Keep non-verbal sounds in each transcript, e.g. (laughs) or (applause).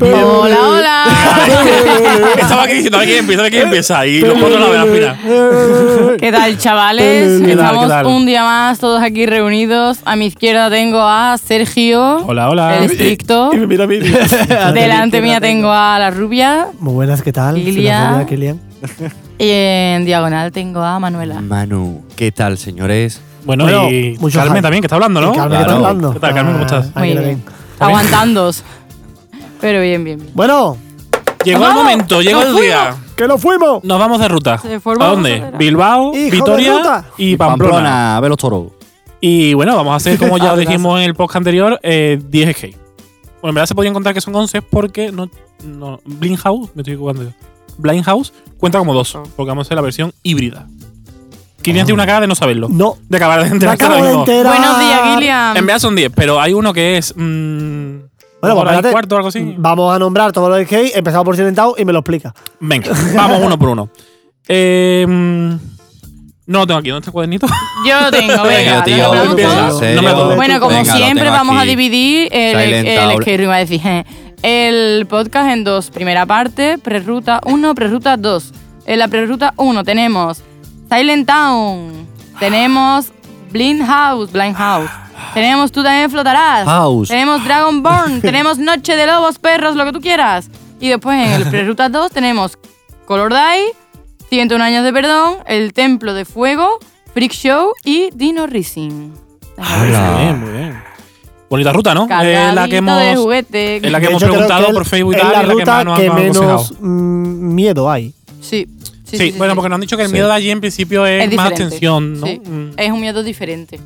Hola, hola. Estaba aquí diciendo, aquí empieza, aquí empieza. Y los cuatro la ven al final. (laughs) ¿Qué tal, chavales? ¿Qué tal, Estamos qué tal? un día más todos aquí reunidos. A mi izquierda tengo a Sergio. Hola, hola. El estricto. Y me mira a mí. (laughs) Delante mía tengo a la rubia. Muy buenas, ¿qué tal? Kilian. Se nos olvida Kilian. Y en diagonal tengo a Manuela. Manu, ¿qué tal, señores? Bueno, Bueno, y mucho Carmen hype. también, que está hablando, ¿no? Y Carmen, ¿qué Claro. tal hablando? ¿Qué tal, Carmen? ¿Cómo estás? Ah, Muy mira, bien. bien. Aguantándos. Pero bien, bien, bien. Bueno, Llegó el Vamos, momento, llegó nos el día. que nos fuimos. Nos vamos de ruta. Se ¿A formó la dónde? carrera. Bilbao, Hijo de Vitoria ruta. y Pamplona. a ver los toros. Y bueno, vamos a hacer, como ya Abrazo. dijimos en el podcast anterior, eh, 10 skate. Bueno, en verdad se podían contar que son 11 porque no. no Blindhouse, me estoy equivocando yo. Blindhouse cuenta como Oh. dos, porque vamos a hacer la versión híbrida. Kilian tiene una cara de no saberlo. No. De acabar de Me enterarse acabo ahora de mismo. enterar. Buenos días, Gillian. En verdad son 10, pero hay uno que es. Mmm, Bueno, pues hora y espérate. cuarto o algo así. Vamos a nombrar todos los skate, empezamos por Silentado y me lo explica. Venga, vamos uno por uno. Eh, mm, no lo tengo aquí, ¿no está el cuadernito? (laughs) Yo lo tengo, venga. Venga, tío, ¿lo nombramos empieza. todos? No me acuerdo. Bueno, como Venga, lo siempre, tengo vamos a aquí. dividir el, Silent el- Hour. que iba a decir, eh, el podcast en dos. Primera parte, prerruta 1, prerruta 2. En la prerruta 1 tenemos Silent Town, tenemos Blind House, Blind House. Tenemos Tú también flotarás. House. Tenemos (laughs) Dragonborn, tenemos Noche de Lobos, Perros, lo que tú quieras. Y después en el prerruta 2 tenemos Color Die, 101 años de perdón, El Templo de Fuego, Freak Show y Dino Racing. Muy bien, muy bien. Bonita ruta, ¿no? Es Eh, la que Cargadito de hemos. juguete. es la que De hemos hecho, creo preguntado que por Facebook y es tal, la y la que ruta más nos que han menos aconsejado. mm, miedo hay. Sí. Sí, bueno, porque nos han dicho que el Sí. miedo de allí en principio es, más diferente. tensión, ¿no? Sí, Mm, Es un miedo diferente.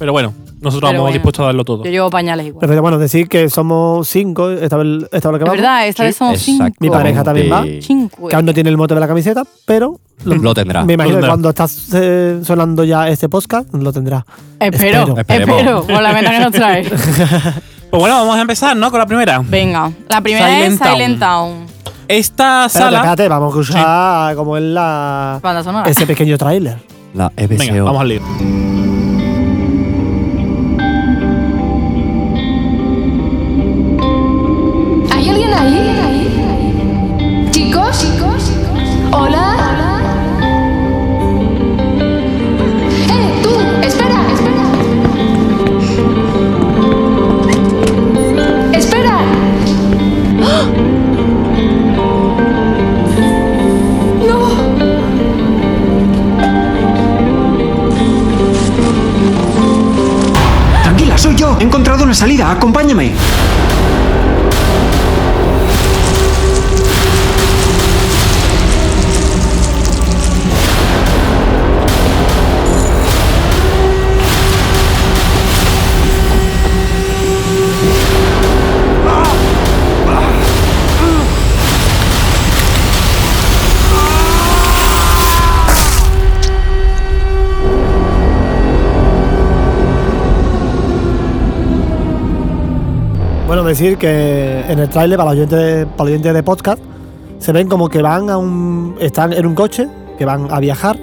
Pero bueno, nosotros Pero vamos bueno. dispuestos a darlo todo. Yo llevo pañales igual. Pero bueno, decir que somos cinco, esta vez, esta vez la que Es vamos. verdad, esta vez somos cinco. Mi pareja también va. Cinco. Que aún no tiene el mote de la camiseta, pero lo, Lo tendrá. me imagino que Lo tendrá. cuando estás eh, sonando ya este podcast, lo tendrá. Espero, Espero. Esperemos. espero. Con la meta que nos (laughs) trae. Pues bueno, vamos a empezar, ¿no? Con la primera. Venga, la primera Silent es Town. Silent Town. Esta Espérate, sala. espérate, vamos a escuchar cómo es la, Banda sonora. ese pequeño tráiler. La Venga, vamos EBCO. al lío. ¿Hay alguien ahí? ¿Chicos? ¿Chicos? ¿Hola? ¡Eh, tú! ¡Espera, espera! ¡Espera! ¡Ah! ¡No! Tranquila, soy yo. He encontrado una salida. Acompáñame. Bueno, decir que en el tráiler, para los oyentes de, para los oyentes de podcast, se ven como que van a un. están en un coche, que van a viajar,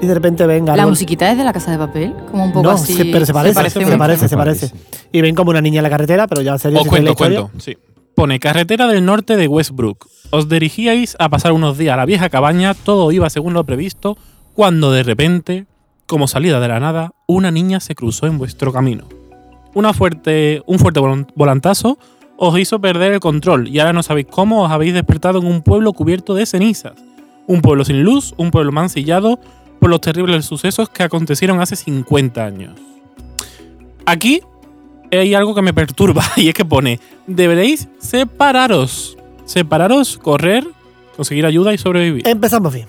y de repente ven algo. La musiquita es de la casa de papel, como un poco no, así. se- pero se parece, se parece, se mucho. parece, Se parece. Y ven como una niña en la carretera, pero ya sería Os Oh, cuento, cuento. Sí. Pone carretera del norte de Westbrook. Os dirigíais a pasar unos días a la vieja cabaña, todo iba según lo previsto, cuando de repente, como salida de la nada, una niña se cruzó en vuestro camino. Una fuerte, un fuerte volan- volantazo os hizo perder el control y ahora no sabéis cómo os habéis despertado en un pueblo cubierto de cenizas. Un pueblo sin luz, un pueblo mancillado por los terribles sucesos que acontecieron hace 50 años. Aquí hay algo que me perturba (laughs) y es que pone, deberéis separaros. Separaros, correr, conseguir ayuda y Eh. sobrevivir. Empezamos bien.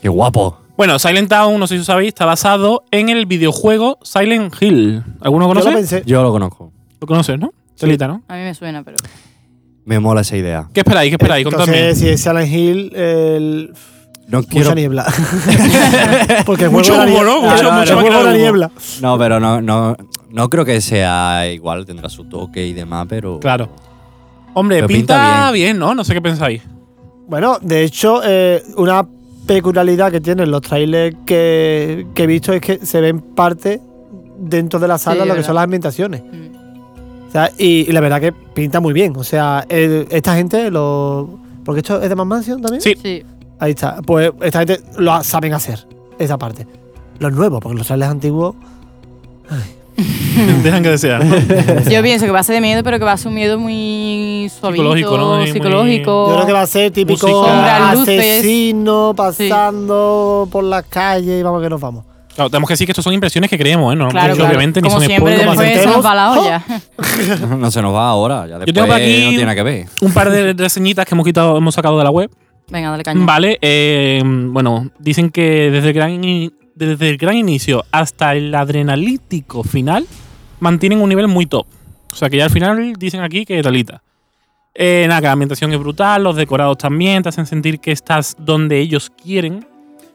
Qué guapo. Bueno, Silent Town, no sé si lo sabéis, está basado en el videojuego Silent Hill. ¿Alguno Yo conoce? lo pensé. Yo lo conozco. Lo conoces, ¿no? Celita, ¿no? A mí me suena, pero. Me mola esa idea. ¿Qué esperáis? ¿Qué esperáis? Contadme. Entonces, si es Silent Hill, el... No mucha (laughs) quiero. niebla. Porque el juego Mucho era humo, nie- ¿no? Mucho- Claro, mucho el juego máquina era de humo. niebla. No, pero no, no, no creo que sea igual. Tendrá su toque y demás, pero. Claro. Hombre, Pero pinta, pinta bien. ¿no? No sé qué pensáis. Bueno, de hecho, eh, una peculiaridad que tienen los trailers que, que he visto es que se ven parte dentro de la sala es lo que verdad. son las ambientaciones. Mm. O sea, y, y la verdad que pinta muy bien. O sea, el- esta gente lo. Porque esto es de Man Mansion también. Sí. (laughs) Sí. Ahí está. Pues esta gente lo ha- saben hacer, esa parte. Los nuevos, porque los trailers antiguos. Dejan que (laughs) desear. Yo pienso que va a ser de miedo, pero que va a ser un miedo muy suavito, Psicológico, psicológico. ¿no? Es muy- Oh. Yo creo que va a ser típico Música. Sombras, luces. asesino pasando por las calles y vamos que nos vamos. Claro, tenemos que decir que estas son impresiones que creemos, ¿eh? No, Claro, porque claro. obviamente ni Como son siempre, spoilers. como después se nos hacemos. va la olla. (laughs) No se nos va ahora. Ya Yo después tengo por aquí no tiene nada que ver. un par de (laughs) reseñitas que hemos quitado, hemos sacado de la web. Venga, dale caña. Vale, eh, bueno, dicen que desde el, gran ini- desde el gran inicio hasta el adrenalítico final mantienen un nivel muy top. O sea que ya al final dicen aquí que talita. Eh, nada, que la ambientación es brutal, los decorados también, te hacen sentir que estás donde ellos quieren.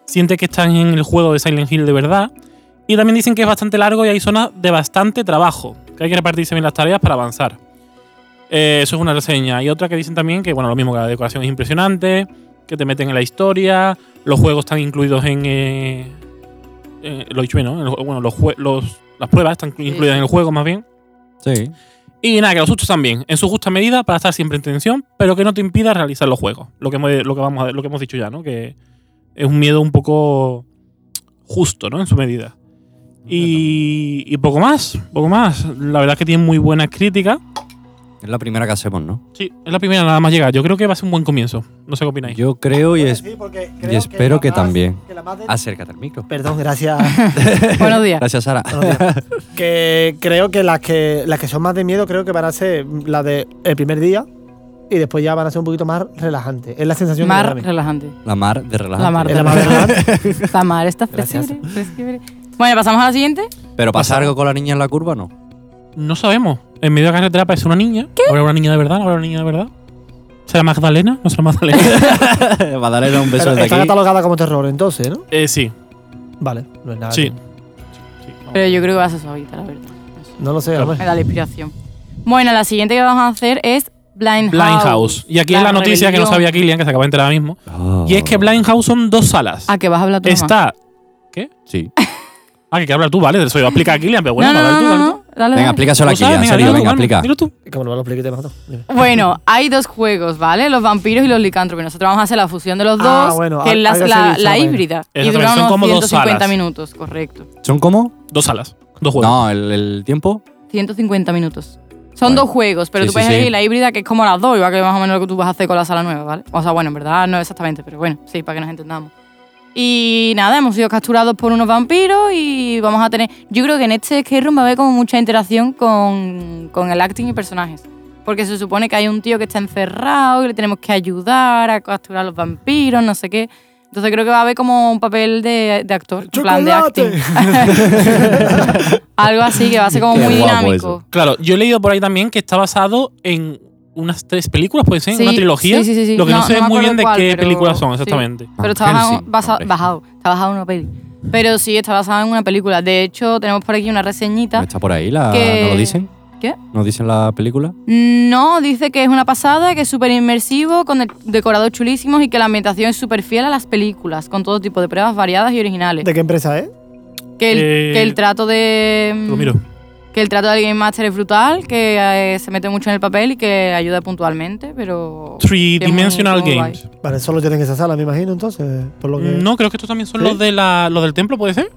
Sientes que estás en el juego de Silent Hill de verdad. Y también dicen que es bastante largo y hay zonas de bastante trabajo, que hay que repartirse bien las tareas para avanzar. Eh, eso es una reseña. Y otra que dicen también que, bueno, lo mismo que la decoración es impresionante, que te meten en la historia, los juegos están incluidos en... eh, eh, lo he dicho bien, ¿no? En el jue- Bueno, los, jue- los- las pruebas están inclu- Sí. incluidas en el juego más bien. Sí. Y nada, que los sustos también, en su justa medida para estar siempre en tensión, pero que no te impida realizar los juegos. Lo que, hemos- lo que, vamos a- lo que hemos dicho ya, ¿no? Que es un miedo un poco justo, ¿no? En su medida. Y, y poco más, poco más. La verdad es que tiene muy buenas críticas. Es la primera que hacemos, ¿no? Sí, es la primera nada más llegar. Yo creo que va a ser un buen comienzo. No sé qué opináis. Yo creo y es. Pues porque creo que espero la que más- también. Hace- Acércate al micro. (laughs) Perdón, gracias. Buenos días. Gracias, Sara. que creo que las que las que son más de miedo creo que van a ser las de el primer día y después ya van a ser un poquito más relajantes. Es la sensación que me da a Mar mí. relajante. (laughs) La mar de relajo. La mar Es la más relajante. La mar está Gracias. flexible. flexible. Bueno, pasamos a la siguiente. Pero pasa algo con la niña en la curva, ¿no? (laughs) No sabemos. En medio de la carretera aparece una niña. ¿Habrá una niña de verdad? ¿No habrá una niña de verdad? ¿Será Magdalena? ¿No será Magdalena? Magdalena, un beso Pero desde está aquí. catalogada como terror entonces, ¿no? eh, sí. Vale, no es nada. Sí. que- Sí, vamos. Pero yo creo que va a ser suavita, la verdad. No sé. No lo sé, Claro. hombre. Me da la inspiración. Bueno, la siguiente que vamos a hacer es Blind House. Blind House. Y aquí es la noticia que no rebelión. sabía Killian, que se acaba de enterar ahora mismo. Oh. Y es que Blind House son dos salas. ¿A Ah, qué vas a hablar tú? mamá? Está. Sí. Ah, que hay que hablar tú, vale. Te lo iba a explicar a Killian, pero bueno, no, no, hablar no, tú, no, hablar no, tú. dale, Venga, dale. explícaselo Lo aquí, sabes, en serio, dilo tú, venga, bueno, aplica. Dilo tú. Como no me lo explique te mato. Dime. Bueno, hay dos juegos, ¿vale? Los vampiros y los licántropos. Nosotros vamos a hacer la fusión de los dos, Ah, bueno, que es la, algo así la- dicho, la bueno. híbrida. Y Exactamente, dura son unos como dos 150 salas. minutos, correcto. ¿Son cómo? Dos salas. Dos juegos. No, el, el tiempo. 150 minutos. Son Bueno. dos juegos, pero Sí, tú sí, puedes sí. elegir la híbrida, que es como las dos, igual que más o menos lo que tú vas a hacer con la sala nueva, ¿vale? O sea, bueno, en verdad no exactamente, pero bueno, sí, para que nos entendamos. Y nada, hemos sido capturados por unos vampiros y vamos a tener... Yo creo que en este escape room va a haber como mucha interacción con, con el acting y personajes. Porque se supone que hay un tío que está encerrado y le tenemos que ayudar a capturar a los vampiros, no sé qué. Entonces creo que va a haber como un papel de, de actor, en plan de acting. (laughs) ¡Chocolate! Algo así que va a ser como Qué muy guapo dinámico. eso. Claro, yo he leído por ahí también que está basado en unas tres películas, puede ser, Sí, una trilogía. sí, sí, sí, sí. Lo que no, No, sé no me muy bien acuerdo de cuál, qué pero películas son sí. exactamente. Pero Van está basado, Helsing, basa- hombre. bajado, está basado en una peli. Pero sí, está basado en una película. De hecho, tenemos por aquí una ¿No reseñita. está por ahí? La, Que- ¿No lo dicen? ¿Qué? ¿No dicen la película? No, dice que es una pasada, que es súper inmersivo, con de- decorados chulísimos y que la ambientación es súper fiel a las películas, con todo tipo de pruebas variadas y originales. ¿De qué empresa es? que, el, Eh, que el trato de. mm, Pero miro. Que el trato del Game Master es brutal, que eh, se mete mucho en el papel y que ayuda puntualmente, pero. Three que es muy- Dimensional muy guay. Games. Vale, solo tienen esa sala, me imagino, entonces. Por lo que... No, creo que estos también son ¿Sí? los de la, los del templo, ¿puede ser?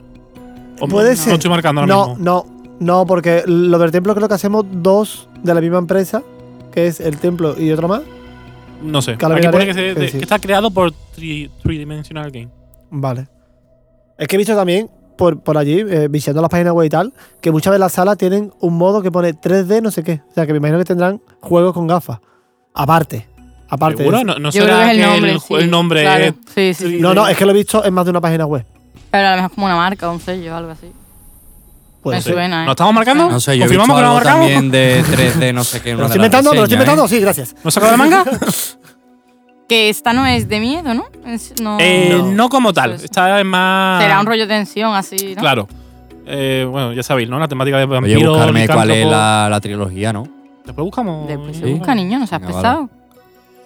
¿O Puede no ser. estoy marcando ahora no, mismo. no, no, porque lo del templo creo que hacemos dos de la misma empresa, que es el templo y otro más. No sé. Claro, Aquí mira, pone eh, que, se- eh, de- sí. que está creado por Three, Three Dimensional Game. Vale. Es que he visto también por, por allí, eh, visitando las páginas web y tal, que muchas veces las salas tienen un modo que pone 3D, no sé qué. O sea, que me imagino que tendrán juegos con gafas. Aparte. Aparte. de ¿Seguro? eso. No, no Yo será creo que es el que nombre. el, ju- sí, el nombre claro. es Sí, sí, sí. No, no, es que lo he visto en más de una página web. Pero a lo mejor es como una marca, un sello, algo así. Puede Me ser. suena, ¿eh? ¿Nos estamos marcando? No sé, yo he visto ¿Confirmamos que algo nos marcamos? también de 3D, no sé ¿Me qué. en lo una estoy de las inventando? ¿Me lo estoy reseñas, ¿eh? ¿eh? inventando? Sí, gracias. ¿Nos sacado de la (laughs) manga? Que esta no es de miedo, ¿no? Es- no- Eh, no. como tal. Eso es. Esta es más. Pues Será un rollo de tensión así, ¿no? Claro. Eh, bueno, ya sabéis, ¿no? La temática de ¿eh? Voy a vampiro. buscarme cuál es licántropo. la, la trilogía, ¿no? Después buscamos. Después se Sí. busca, niño, no seas Venga, pesado.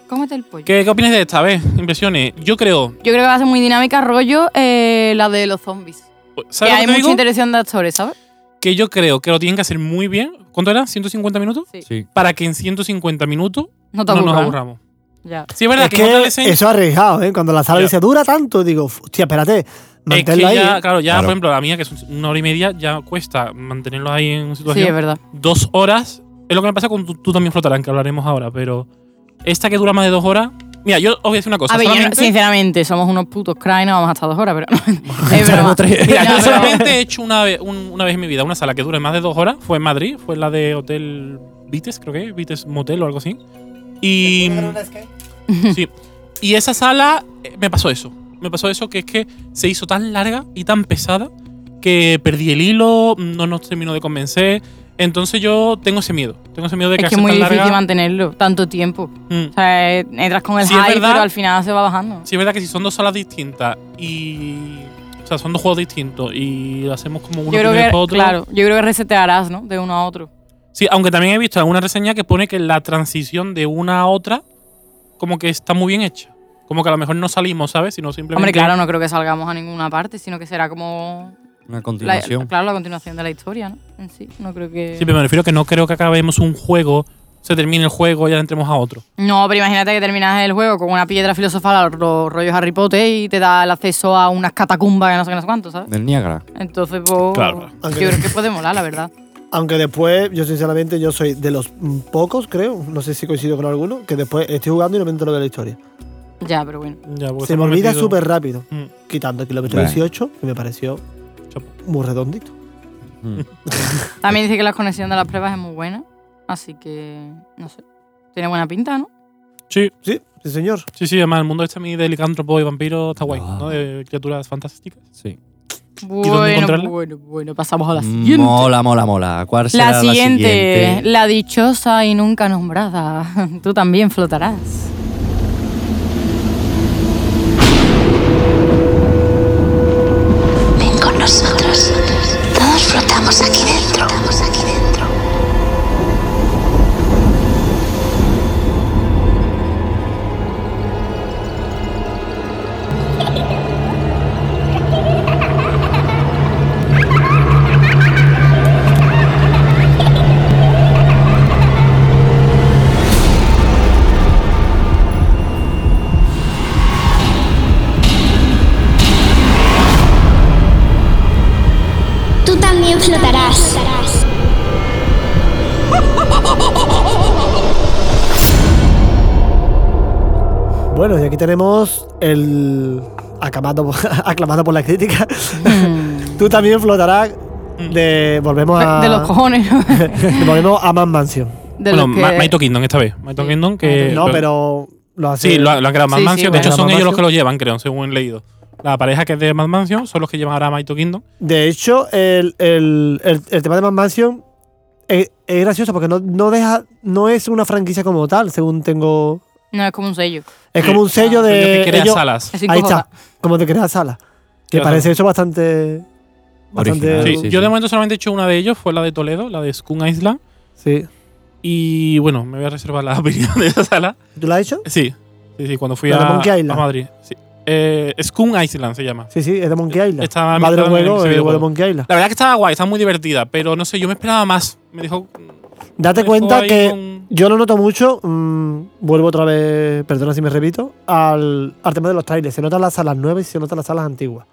Cómete el pollo. ¿Qué, ¿Qué opinas de esta vez? Impresiones. Yo creo. Yo creo que va a ser muy dinámica, rollo eh, la de los zombies. Que ¿Sabes lo hay que te mucha digo? interacción de actores, ¿sabes? Que yo creo que lo tienen que hacer muy bien. ¿Cuánto era? ¿150 minutos? Sí. Para que en 150 minutos No te no nos aburras, ¿no? aburramos. Ya. Sí, es verdad Es que, en otra que escena- eso es arriesgado, ¿eh? Cuando la sala Ya. dice dura tanto, digo, hostia, espérate, Es que manténla ahí. ya, ¿eh? claro, ya, Claro. por ejemplo, la mía, que es una hora y media, ya cuesta mantenerlos ahí en Sí, situación. es verdad. Dos horas. Es lo que me pasa con tú, tú también flotarán, que hablaremos ahora, pero esta que dura más de dos horas. Mira, yo os voy a decir una cosa. a ver, yo no- solamente- sinceramente, somos unos putos cry, no vamos a estar dos horas, pero (laughs) (laughs) no. es broma. (laughs) Mira, Ya, yo pero- solamente he hecho una vez, un- una vez en mi vida una sala que dure más de dos horas. Fue en Madrid, fue la de Hotel Vites, creo que, es, Vites Motel o algo así. Y. Sí. Y esa sala eh, me pasó eso. Me pasó eso que es que se hizo tan larga y tan pesada que perdí el hilo, no nos terminó de convencer. Entonces yo tengo ese miedo. Tengo ese miedo de que Es que al es muy ser tan difícil larga- mantenerlo tanto tiempo. Mm. O sea, eh, entras con el Sí, es hype, verdad. pero al final se va bajando. Sí, es verdad que si son dos salas distintas y. O sea, son dos juegos distintos y hacemos como uno Yo creo, primero que, después otro. claro, yo creo que resetearás, ¿no? De uno a otro. Sí, aunque también he visto alguna reseña que pone que la transición de una a otra como que está muy bien hecha. Como que a lo mejor no salimos, ¿sabes? Sino simplemente Hombre, claro, no creo que salgamos a ninguna parte, sino que será como Una la, continuación. claro, la continuación de la historia, ¿no? En sí, no creo que... Sí, pero me refiero que no creo que acabemos un juego, se termine el juego y ya entremos a otro. No, pero imagínate que terminas el juego con una piedra filosofal a los rollos Harry Potter y te da el acceso a unas catacumbas que no sé qué, no sé cuánto, ¿sabes? Del Niágara. Entonces, pues... Claro. Yo creo que puede molar, la verdad. Aunque después, yo sinceramente, yo soy de los mm, pocos, creo, no sé si coincido con alguno, que después estoy jugando y no me entero de la historia. Ya, pero bueno. Ya, porque Se me estamos olvida metidos- súper rápido, Mm. quitando el kilómetro Bueno. 18, que me pareció Chapo. muy redondito. También dice que la conexión de las pruebas es muy buena, así que... No sé. Tiene buena pinta, ¿no? Sí, Sí, sí, señor. sí, sí, además el mundo este a mí de licántropo y vampiro está guay, Ah. ¿no? De criaturas fantásticas. Sí. Mm, Bueno, encontrarla? bueno, bueno. Pasamos a la siguiente. Mola, mola, mola. ¿Cuál será La siguiente, la dichosa y nunca nombrada. (laughs) Tú también flotarás. Ven con nosotros. Todos flotamos aquí dentro. aquí dentro. Tú también flotarás. Bueno, y aquí tenemos el aclamado, por- (laughs) aclamado por la crítica. (laughs) Tú también flotarás de... Volvemos a... Mm. De los cojones. volvemos a Man Mansion. De bueno, los que- Ma- Maito Kingdom esta vez. Maito Sí. Kingdom que... No, pero lo hace... Eh, Sí, lo, han- lo han creado Mad Sí, sí, Mansion. de bueno. hecho, son Mad ellos los Mansion. que lo llevan, creo, según he leído. La pareja que es de Mad Mansion son los que llevan ahora a Maito Kingdom. De hecho, el, el- el- el tema de Man Mansion es, es gracioso porque no, no deja, no es una franquicia como tal, según tengo. No, es como un sello. Es como un sello de. Ellos que crean Eh, ellos- salas. Es Ahí 5J. está, como de crear salas. Que Claro. parece eso bastante. Bastante. Original, Sí, Sí, sí, yo de sí. momento solamente he hecho una de ellos, fue la de Toledo, la de Skun Island. Sí. Y bueno, me voy a reservar la (laughs) opinión de esa sala. ¿Tú lo has hecho? Sí, sí, sí, cuando fui ¿La a, de Monkey Island? a Madrid. Sí. Eh, Skun Island se llama. Sí, sí, es de Monkey Island. Está ambientada en Madre ese juego, el juego de videojuego. Monkey Island. La verdad que estaba guay, estaba muy divertida, pero no sé, yo me esperaba más. Me dijo. Date me dejó cuenta ahí que con- yo lo noto mucho. mm, vuelvo otra vez, perdona si me repito, al, al tema de los trailers. Se notan las salas nuevas y se notan las salas antiguas.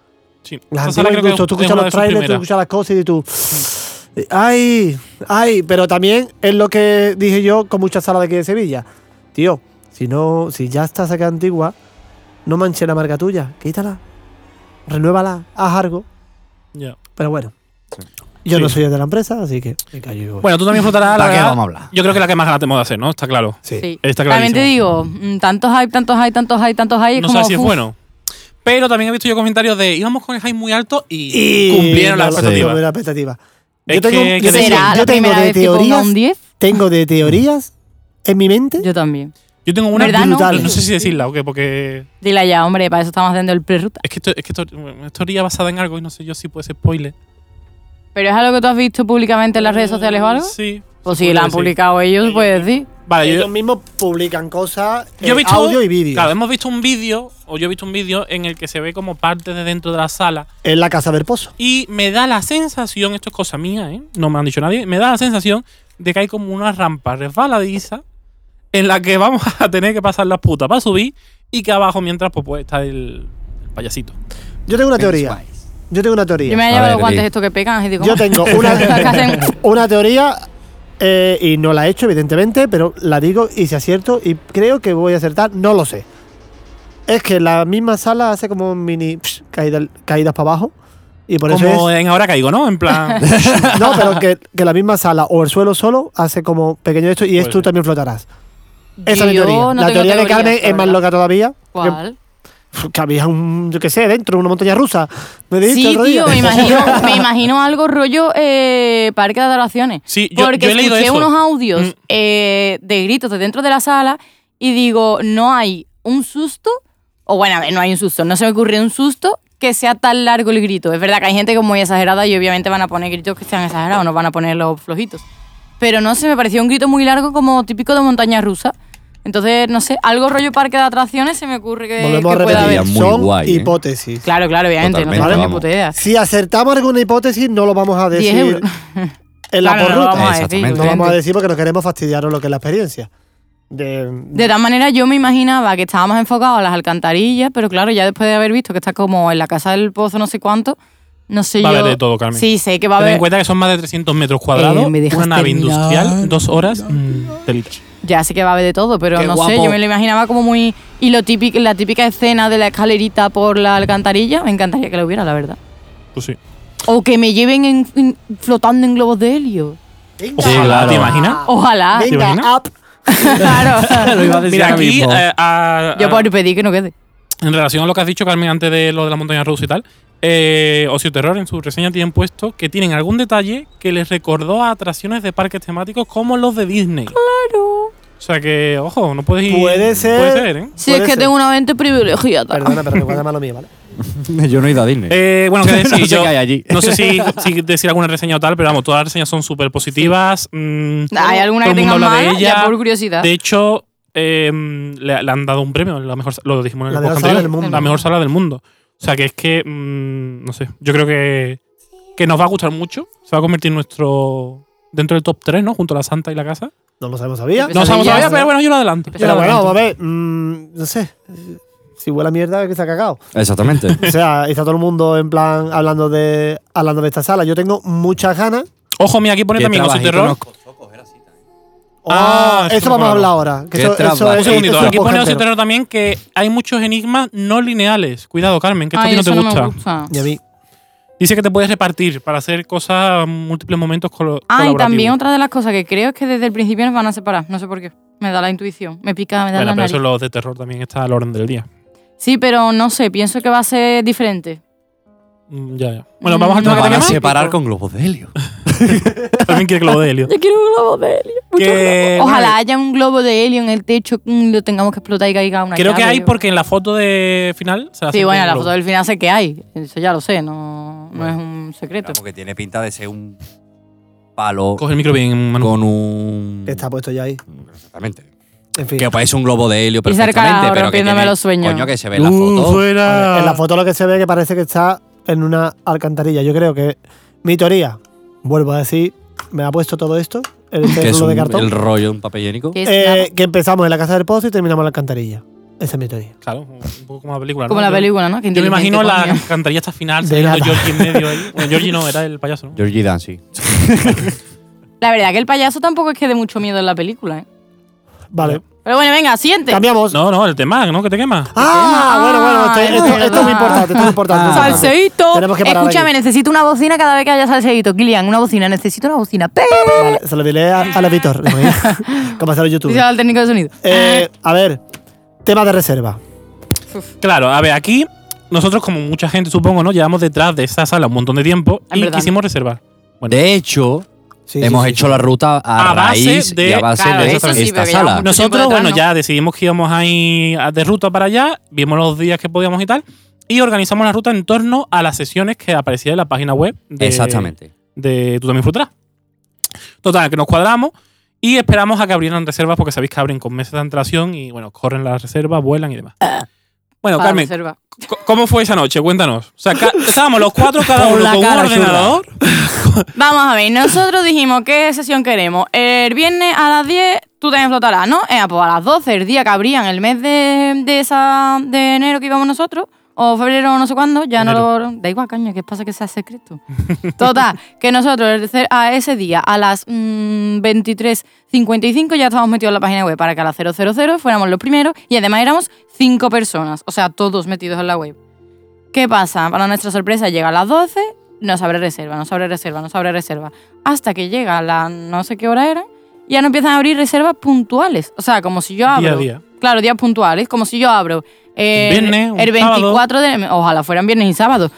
Sí, Las esa sala antiguas creo que incluso, es- tú es una escuchas de los sus trailers, tú primeras. escuchas las cosas y tú... "Mm". ¡Ay! ¡Ay! Pero también es lo que dije yo con muchas salas de aquí de Sevilla. Tío, si no, si ya estás acá antigua, no manches la marca tuya. Quítala. Renuévala. Haz algo. Ya. Pero bueno. Yo Sí. no soy el de la empresa, así que me callo y voy. Bueno, tú también flotarás la ¿Para qué verdad, vamos a hablar? Yo creo que la que más ganas tenemos de hacer, ¿no? Está claro. Sí. Sí. Está También te clarísimo. digo, mm, tantos hype, tantos hype, tantos hype, tantos hype. no como, sabes si es uf, bueno. Pero también he visto yo comentarios de íbamos con el hype muy alto y, Y cumplieron las no, expectativas. cumplieron la expectativa. Es Yo tengo, que- yo que tengo- ¿Será yo la tengo primera de vez que ponga teorías, un 10? tengo de teorías en mi mente. Yo también. Yo tengo una ¿Verdad, no? brutal. No sé si decirla o qué, porque. Dila ya, hombre, para eso estamos haciendo el preruta. Es que esto es, que esto, es teoría basada en algo y no sé yo si puede ser spoiler. ¿Pero es algo que tú has visto públicamente en las redes sociales o algo? Sí. Pues se si la puede han decir. publicado ellos, pues sí. Vale, yo, Ellos mismos publican cosas, yo he eh, visto. audio y vídeo. Claro, hemos visto un vídeo, o yo he visto un vídeo en el que se ve como parte de dentro de la sala. En la casa del pozo. Y me da la sensación, esto es cosa mía, ¿eh? No me han dicho nadie. Me da la sensación de que hay como una rampa resbaladiza en la que vamos (laughs) a tener que pasar las putas para subir y que abajo mientras pues, puede estar el, el payasito. Yo tengo una teoría. Yo tengo una teoría. Yo me he A llevado ver, los guantes di. estos que pegan y digo, Yo (laughs) tengo Estas que hacen- una, (laughs) una teoría eh, y no la he hecho, evidentemente, pero la digo y si acierto y creo que voy a acertar, no lo sé. Es que la misma sala hace como un mini psh, caída- caídas para abajo y por eso Como es- en ahora caigo, ¿no? En plan. (laughs) No, pero que, que la misma sala o el suelo solo hace como pequeño esto y es Puede tú ser. también flotarás. Esa es mi Yo teoría. no la tengo teoría de teorías, Carmen la es más verdad. loca todavía. porque- ¿Cuál? Que había un, yo qué sé, dentro, una montaña rusa. Me dijiste Sí, otro día. tío, me (laughs) imagino, me imagino algo rollo eh, parque de adoraciones. Sí, yo- Porque yo he leído eso. escuché unos audios Mm. eh, de gritos de dentro de la sala y digo, no hay un susto, o bueno, a ver, no hay un susto, no se me ocurre un susto que sea tan largo el grito. Es verdad que hay gente que es muy exagerada y obviamente van a poner gritos que sean exagerados, no van a poner los flojitos. Pero no sé, me pareció un grito muy largo como típico de montaña rusa. Entonces, no sé, algo rollo parque de atracciones se me ocurre que, Volvemos a que pueda repetir, haber. Sería muy son guay, ¿eh? hipótesis. Claro, claro, obviamente, no Totalmente, tengo ni vamos. puta idea. Si acertamos alguna hipótesis, no lo vamos a 10 decir euros. en la Claro, no lo porruta. vamos a decir, No lo Exactamente. vamos a obviamente. decir porque no queremos fastidiaros lo que es la experiencia. De, De tal manera, yo me imaginaba que estábamos enfocados a las alcantarillas, pero claro, ya después de haber visto que está como en la casa del pozo, no sé cuánto, no sé Va a yo. haber de todo, Carmen. Sí, sé que va a Ten en haber. cuenta que son más de 300 metros cuadrados, Eh, ¿me dejas una nave terminar? industrial, dos horas, mm, telita. Ya sé que va a haber de todo, pero Qué no sé, guapo. yo me lo imaginaba como muy. Y lo típico, la típica escena de la escalerita por la alcantarilla, me encantaría que lo hubiera, la verdad. Pues sí. O que me lleven en- en- flotando en globos de helio. Ojalá, claro. ¿te imaginas? Ojalá. ¿Te venga, imaginas? up. pues, (laughs) (laughs) claro. Lo iba a decir Mira, ahora aquí, mismo. eh, a- Yo a- por pedir que no quede. en relación a lo que has dicho, Carmen, antes de lo de la montaña rusa y tal, eh, Ocio Terror en su reseña tienen puesto que tienen algún detalle que les recordó a atracciones de parques temáticos como los de Disney. Claro. O sea que, ojo, no puedes ir. Puede ser. Puede ser, ¿eh? Sí, es Puede que ser. tengo una mente privilegiada. Perdona, pero recuerda más lo mío, ¿vale? (laughs) Yo no he ido a Disney. Eh, (laughs) bueno, ¿qué No decir? sé Yo qué hay allí. no sé si, si decir alguna reseña o tal, pero vamos, todas las reseñas son súper positivas. mm, Hay alguna todo que el mundo tenga habla mala, de ella. ya por curiosidad. De hecho, eh, le, le han dado un premio, la mejor, lo dijimos en La el de la podcast sala anterior, del mundo. pues la mejor sala del mundo. O sea que es que, mm, no sé, yo creo que, que nos va a gustar mucho. Se va a convertir en nuestro, dentro del top 3, ¿no? Junto a la Santa y la Casa. No lo sabemos todavía. Pues No sabemos ya, todavía, ¿no? pero bueno, yo lo adelanto. Yo lo Pero bueno, adelanto. vamos a ver. mm, no sé. Si huele a mierda, que se ha cagado. Exactamente. O sea, está todo el mundo en plan hablando de, hablando de esta sala. Yo tengo muchas ganas. Ojo, mira, aquí pone también Ocio Terror. Ah, Ah, Oh, eso eso no vamos a hablamos. hablar ahora. Que Qué eso, eso trabajito. es- Un segundito, eh, eso es aquí pone podcast Ocio entero. Terror también que hay muchos enigmas no lineales. Cuidado, Carmen, que esto a ti Ay, no te eso gusta. me gusta. Y a mí. Dice que te puedes repartir para hacer cosas en múltiples momentos colo- Ah, y colaborativos. también otra de las cosas que creo es que desde el principio nos van a separar. No sé por qué. Me da la intuición. Me pica, me da Bueno, la pero nariz. eso los de terror también está al orden del día. Sí, pero no sé. Pienso que va a ser diferente. Mm, ya, ya. Bueno, vamos al No, tema Nos que van a tenemos. (laughs) separar con globos de helio. También quiere que lo de Helio. Yo quiero un globo de helio. mucho Que, globo. Ojalá bueno, haya un globo de helio en el techo mm, lo tengamos que explotar y caiga una Creo que llave hay o- porque en la foto de final se hace Sí, bueno, un la globo. foto del final sé que hay. Eso ya lo sé. No, no es un secreto. Porque tiene pinta de ser un palo Coge el micro bien, Manu. con un. Está puesto ya ahí. Exactamente. En fin. Que puede ser un globo de helio Y cerca, perfectamente, pero que rompiéndome tiene, los sueños. Coño, que se ve en la Uh, foto. fuera. En la foto lo que se ve que parece que está en una alcantarilla. Yo creo que mi teoría, vuelvo a decir, me ha puesto todo esto, el que es círculo de un- cartón, el rollo de un papel higiénico. Que es eh, nada. que empezamos en la casa del pozo y terminamos en la alcantarilla. Esa es mi teoría. Claro, un poco como la película. ¿no? Como la Yo- película, ¿no? Que Yo me inteligente, imagino la coño. alcantarilla hasta final De saliendo nada. Georgie en medio (laughs) ahí. Bueno, Georgie no, era el payaso, ¿no? Georgie Dan, sí. La verdad que el payaso tampoco es que dé mucho miedo en la película, ¿eh? Vale. Pero bueno, venga, siguiente. Cambiamos. No, no, el tema, ¿no? Que te quema. Ah, bueno, bueno, esto, Ah, esto- esto es muy verdad. importante, esto es muy importante. Ah. Salseíto. Tenemos que parar Escúchame, aquí. necesito una bocina cada vez que haya salseíto. Kilian, una bocina, necesito una bocina. ¡Pep! Vale, se lo diré a, a la Vitor, (laughs) como hacer YouTube. Dice al técnico de sonido. Ah, Eh, a ver, tema de reserva. Claro, a ver, aquí nosotros, como mucha gente, supongo, ¿no? Llevamos detrás de esa sala un montón de tiempo En y verdad. quisimos reservar. Bueno. de hecho, Sí, hemos sí, sí, hecho sí. la ruta a, A base raíz de- y a base Claro, de eso esta, sí, esta porque llevamos sala. mucho tiempo Nosotros, Ah. detrás, bueno, ¿no? ya decidimos que íbamos a ir a- de ruta para allá, vimos los días que podíamos y tal, y organizamos la ruta en torno a las sesiones que aparecían en la página web de, Exactamente. de Tú también frutarás. Total, que nos cuadramos y esperamos a que abrieran reservas porque sabéis que abren con meses de antelación y, bueno, corren las reservas, vuelan y demás. Ah. Bueno, Para Carmen, reserva. co- ¿cómo fue esa noche? Cuéntanos. O sea, ca- estábamos los (laughs) cuatro cada Por uno la con un cara, chula. ordenador. Vamos a ver, nosotros dijimos qué sesión queremos. El viernes a las 10 tú también flotarás, ¿no? Eh, pues a las 12, el día que abrían el mes de, de esa, de enero que íbamos nosotros, o febrero no sé cuándo, ya no lo... Da igual, caño, ¿qué pasa que sea secreto? Total, que nosotros el cer- a ese día a las mm, 23.55 ya estábamos metidos en la página web para que a las 000 fuéramos los primeros y además éramos cinco personas, o sea, todos metidos en la web. ¿Qué pasa? Para nuestra sorpresa llega a las 12, no se abre reserva, no se abre reserva, no se abre reserva. Hasta que llega a la no sé qué hora era, ya no empiezan a abrir reservas puntuales. O sea, como si yo Día a abro. día. Claro, días puntuales, como si yo abro. eh, Viernes, un el sábado. 24 de. Ojalá fueran viernes y sábado.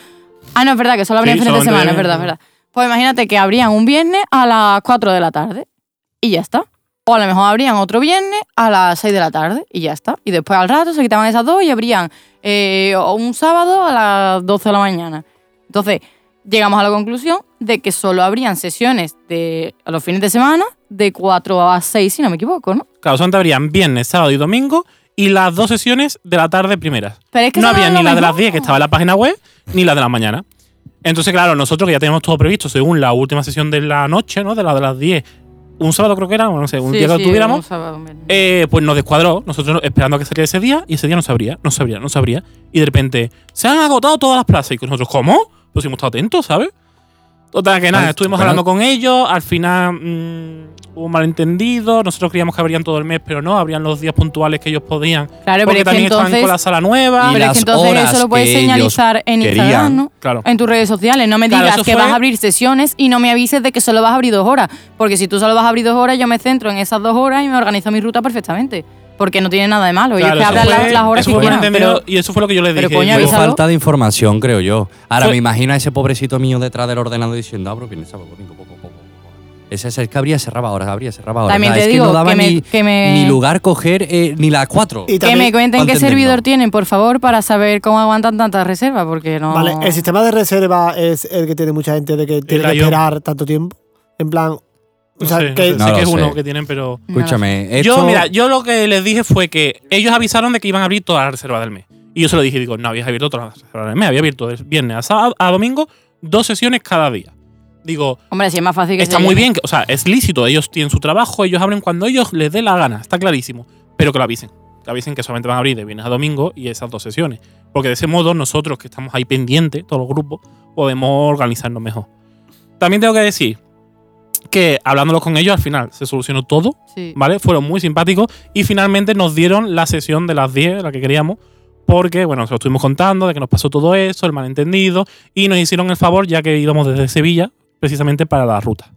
Ah, no, es verdad, que solo abrían Sí, fines de solamente semana, es viernes. verdad, es verdad. Pues imagínate que abrían un viernes a las 4 de la tarde y ya está. O a lo mejor abrían otro viernes a las 6 de la tarde y ya está. Y después al rato se quitaban esas dos y abrían eh, o un sábado a las 12 de la mañana. Entonces, llegamos a la conclusión de que solo abrían sesiones de a los fines de semana de 4 a 6, si no me equivoco, ¿no? Claro, solamente abrían viernes, sábado y domingo y las dos sesiones de la tarde primeras. Pero es que no eso había es ni lo la de las mejor. 10 que estaba en la página web, ni la de la mañana. Entonces, claro, nosotros que ya teníamos todo previsto, según la última sesión de la noche, ¿no? De la de las 10, un sábado creo que era, o no sé, un Sí, día que lo sí, tuviéramos, un sábado, un viernes. eh, pues nos descuadró, nosotros esperando a que saliera ese día, y ese día no sabría, no sabría, no sabría. Y de repente, se han agotado todas las plazas, y nosotros, ¿cómo? Pues hemos estado atentos, ¿sabes? Total, que nada, Ay, estuvimos bueno. hablando con ellos, al final mm, hubo un malentendido, nosotros creíamos que abrían todo el mes, pero no, abrían los días puntuales que ellos podían. porque Claro, pero es que también estaban entonces- con la sala nueva. Y Pero es las que entonces horas eso lo puedes que ellos señalizar en Instagram, querían. ¿no? Claro. En tus redes sociales. No me Claro, digas eso que fue- vas a abrir sesiones y no me avises de que solo vas a abrir dos horas. Porque si tú solo vas a abrir dos horas, yo me centro en esas dos horas y me organizo mi ruta perfectamente. Porque no tiene nada de malo. Ellos Claro, que eso abran la- fue- las horas eso que fue quieran. malentendido pero- y eso fue lo que yo les dije. pero coño, digo, Fue avísalo. falta de información, creo yo. Ahora Fue- me imagino a ese pobrecito mío detrás del ordenador diciendo, "Ah, abro, viene sábado, domingo, poco, poco, poco. Ese es el que abría, cerraba ahora, abría, cerraba ahora. También Ah, te es digo que no daba que me- ni, que me- ni lugar coger eh, ni las cuatro. Y Que me también- cuenten qué Antes de servidor no. tienen, por favor, para saber cómo aguantan tantas reservas. Porque no. Vale, el sistema de reserva es el que tiene mucha gente de que tiene que IO. esperar tanto tiempo. En plan, o no sea, sé, no que sé, sé No que es lo uno sé. que tienen, pero... No lo Escúchame, Yo, esto- mira, yo lo que les dije fue que ellos avisaron de que iban a abrir todas las reservas del mes. Y yo se lo dije, digo, no habías abierto todas las reservas del mes, había abierto de viernes a, sábado, a domingo dos sesiones cada día. Digo, Hombre, si es más fácil que está se muy llene. bien, que- o sea, es lícito, ellos tienen su trabajo, ellos abren cuando ellos les dé la gana, está clarísimo, pero que lo avisen. Que avisen que solamente van a abrir de viernes a domingo y esas dos sesiones. Porque de ese modo nosotros que estamos ahí pendientes, todos los grupos, podemos organizarnos mejor. También tengo que decir que hablándolo con ellos al final se solucionó todo Sí. ¿vale? Fueron muy simpáticos y finalmente nos dieron la sesión de las 10, la que queríamos, porque, bueno, se lo estuvimos contando, de que nos pasó todo eso, el malentendido, y nos hicieron el favor ya que íbamos desde Sevilla precisamente para la ruta.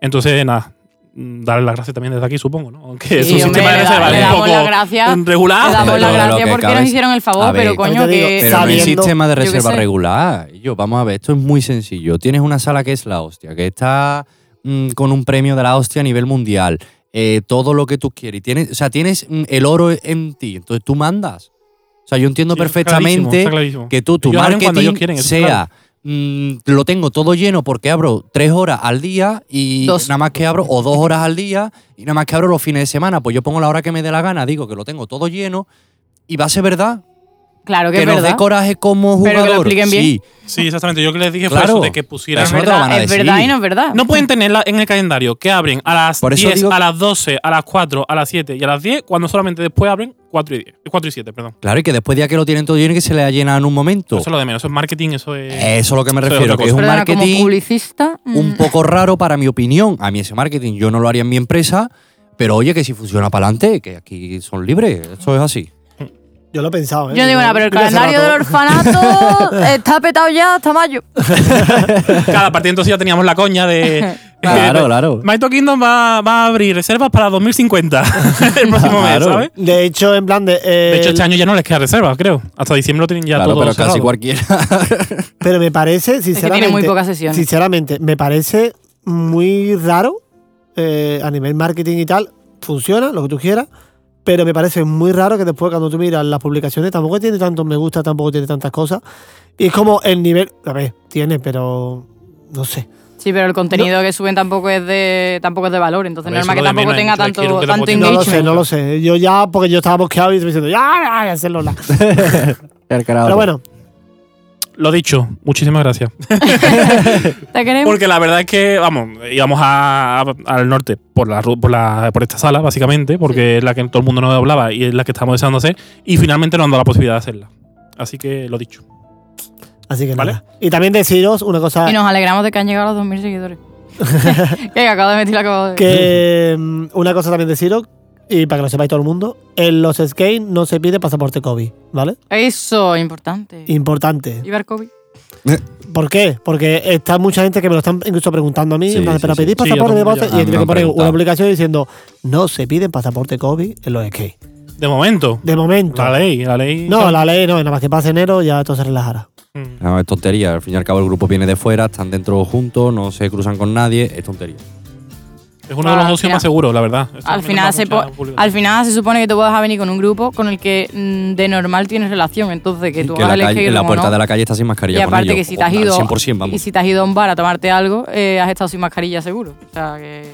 Entonces, nada, mm, darle las gracias también desde aquí, supongo, ¿no? Aunque es un Sí, hombre, sistema de le da- reserva le es un damos la poco gracia, mm, regular. Le damos Dentro la de lo gracia que porque cabe. nos hicieron el favor, A ver, pero coño, ahorita digo, que. Pero no hay sabiendo- sistema de yo qué reserva sé. regular. Yo, vamos a ver, esto es muy sencillo. Tienes una sala que es la hostia, que está mm, con un premio de la hostia a nivel mundial. eh, todo lo que tú quieres. Y Tienes, o sea, tienes mm, el oro en ti. Entonces tú mandas. O sea, yo entiendo Sí, está clarísimo, perfectamente está clarísimo. que tú, tu Ellos abren cuando marketing ellos quieren, eso es sea. claro. mm, lo tengo todo lleno porque abro tres horas al día y Dos. nada más que abro, o dos horas al día y nada más que abro los fines de semana. Pues yo pongo la hora que me dé la gana, digo que lo tengo todo lleno y va a ser verdad Claro que, que es nos verdad. dé coraje como Pero que lo jugador. expliquen bien. Sí, Sí, exactamente. Yo que les dije fue Claro. eso, de que pusieran... Eso Es no te lo van a verdad, es decir. pues, verdad y no es verdad. No pueden tenerla en el calendario que abren a las Por eso 10, digo- a las 12, a las 4, a las 7 y a las 10, cuando solamente después abren 4 y, 10, 4 y 7, perdón. claro, y que después de que lo tienen todo lleno y que se le ha llenado en un momento. Eso es lo de menos, eso es marketing, eso es... (laughs) Eso es lo que me Eso es refiero, otra que es un Perdona, como marketing publicista. mm, un poco raro para mi opinión. A mí ese marketing yo no lo haría en mi empresa, pero oye, que si funciona para adelante, que aquí son libres, eso es así. yo lo he pensado. ¿eh? Yo digo, no, pero el yo lo he cerrado calendario del todo. (laughs) orfanato está petado ya hasta mayo. Cada partido entonces ya teníamos la coña de Claro, claro. Maito Kingdom va, va a abrir reservas para 2050, (laughs) el próximo mes, Claro. ¿sabes? De hecho, en plan de. eh, De hecho, este año ya no les queda reservas, creo. Hasta diciembre lo tienen ya Claro, todo pero cerrado. casi cualquiera. Pero me parece, tiene sinceramente. muy pocas sesiones. Sinceramente, me parece muy raro eh, a nivel marketing y tal. Funciona, lo que tú quieras. Pero me parece muy raro que después, cuando tú miras las publicaciones, tampoco tiene tantos me gusta, tampoco tiene tantas cosas. Y es como el nivel. A ver, tiene, pero. No sé. Sí, pero el contenido que suben tampoco es de tampoco es de valor, entonces A ver, normal que eso es lo de tampoco menos, tenga entonces quiero tanto, que tanto tampoco- No lo engagement. sé, no lo sé. Yo ya, porque yo estaba mosqueado y estoy diciendo, ya, ya, ya, hacerlo la. El carajo. Pero bueno, Lo dicho, muchísimas gracias. Te queremos. Porque la verdad es que, vamos, íbamos a- a- al norte por la, ru- por la por esta sala, básicamente, porque es la que todo el mundo nos hablaba y es la que estamos deseando hacer, y finalmente nos han dado la posibilidad de hacerla. Así que lo dicho. así que Vale. nada. Y también deciros una cosa. Y nos alegramos de que han llegado los 2.000 (laughs) seguidores. que acabo de meter la cosa. Que mm, una cosa también deciros, y para que lo sepáis todo el mundo, en los skate no se pide pasaporte COVID, ¿vale? Eso, importante. Importante. Ibar COVID. ¿Por qué? Porque está mucha gente que me lo están incluso preguntando a mí, Sí, en plan, sí, pero sí. pedís Sí, yo pasaporte de también bote? ya- y tiene me que han poner una preguntado. aplicación diciendo, no se piden pasaporte COVID en los skate. De momento, De momento. la ley, la ley. No, la ley no, nada más que pase enero ya todo se relajará. Mm. No, es tontería. Al fin y al cabo el grupo viene de fuera, están dentro juntos, no se cruzan con nadie. Es tontería. Es uno de Ah, los al socios final- más seguros, la verdad. Esto Al también final, nos da se mucha po- publicidad. al final se supone que tú vas a venir con un grupo con el que mm, de normal tienes relación, entonces que Y tú que vas a la, elegir calle- la como puerta no. de la calle está sin mascarilla. Y con aparte ellos. que si te has Onda, ido 100%, vamos. y si te has ido a un bar a tomarte algo, eh, has estado sin mascarilla seguro. O sea que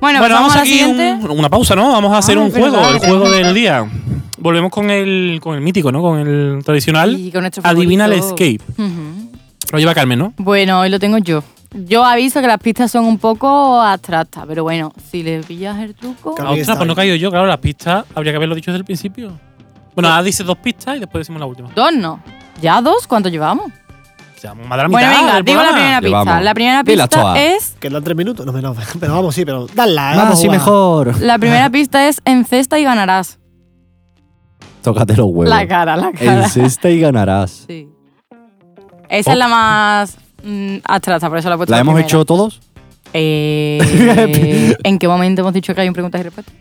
Bueno, Bueno, vamos a la aquí siguiente. un- una pausa, ¿no? Vamos a hacer Ah, un es verdad, juego, el que juego del día. Volvemos con el, con el mítico, ¿no? Con el tradicional. Y con nuestro Adivina el favorito. escape. Ujú. Lo lleva Carmen, ¿no? Bueno, hoy lo tengo yo. Yo aviso que las pistas son un poco abstractas, pero bueno, si le pillas el truco. Claro. Ah, Ahí ostras, está. pues no he caído yo, claro, las pistas habría que haberlo dicho desde el principio. Bueno, ahora dices dos pistas y después decimos la última. Dos no. ¿Ya dos? ¿Cuánto llevamos? O sea, más de la Bueno, mitad venga, del digo la programa. primera pista. Llevamos. La primera Dila pista toda. es. Que dan tres minutos, no menos. (laughs) Pero vamos, sí, pero dala, Ah, vamos a sí, jugar. mejor. (laughs) La primera pista es encesta y ganarás. Tócate los huevos. La cara, la cara. Encesta y ganarás. Sí. Esa es la más mm, abstracta, por eso la he puesto. Oh. ¿La hemos primera. (laughs) hecho todos? Eh, ¿En qué momento hemos dicho que hay un preguntas y respuestas?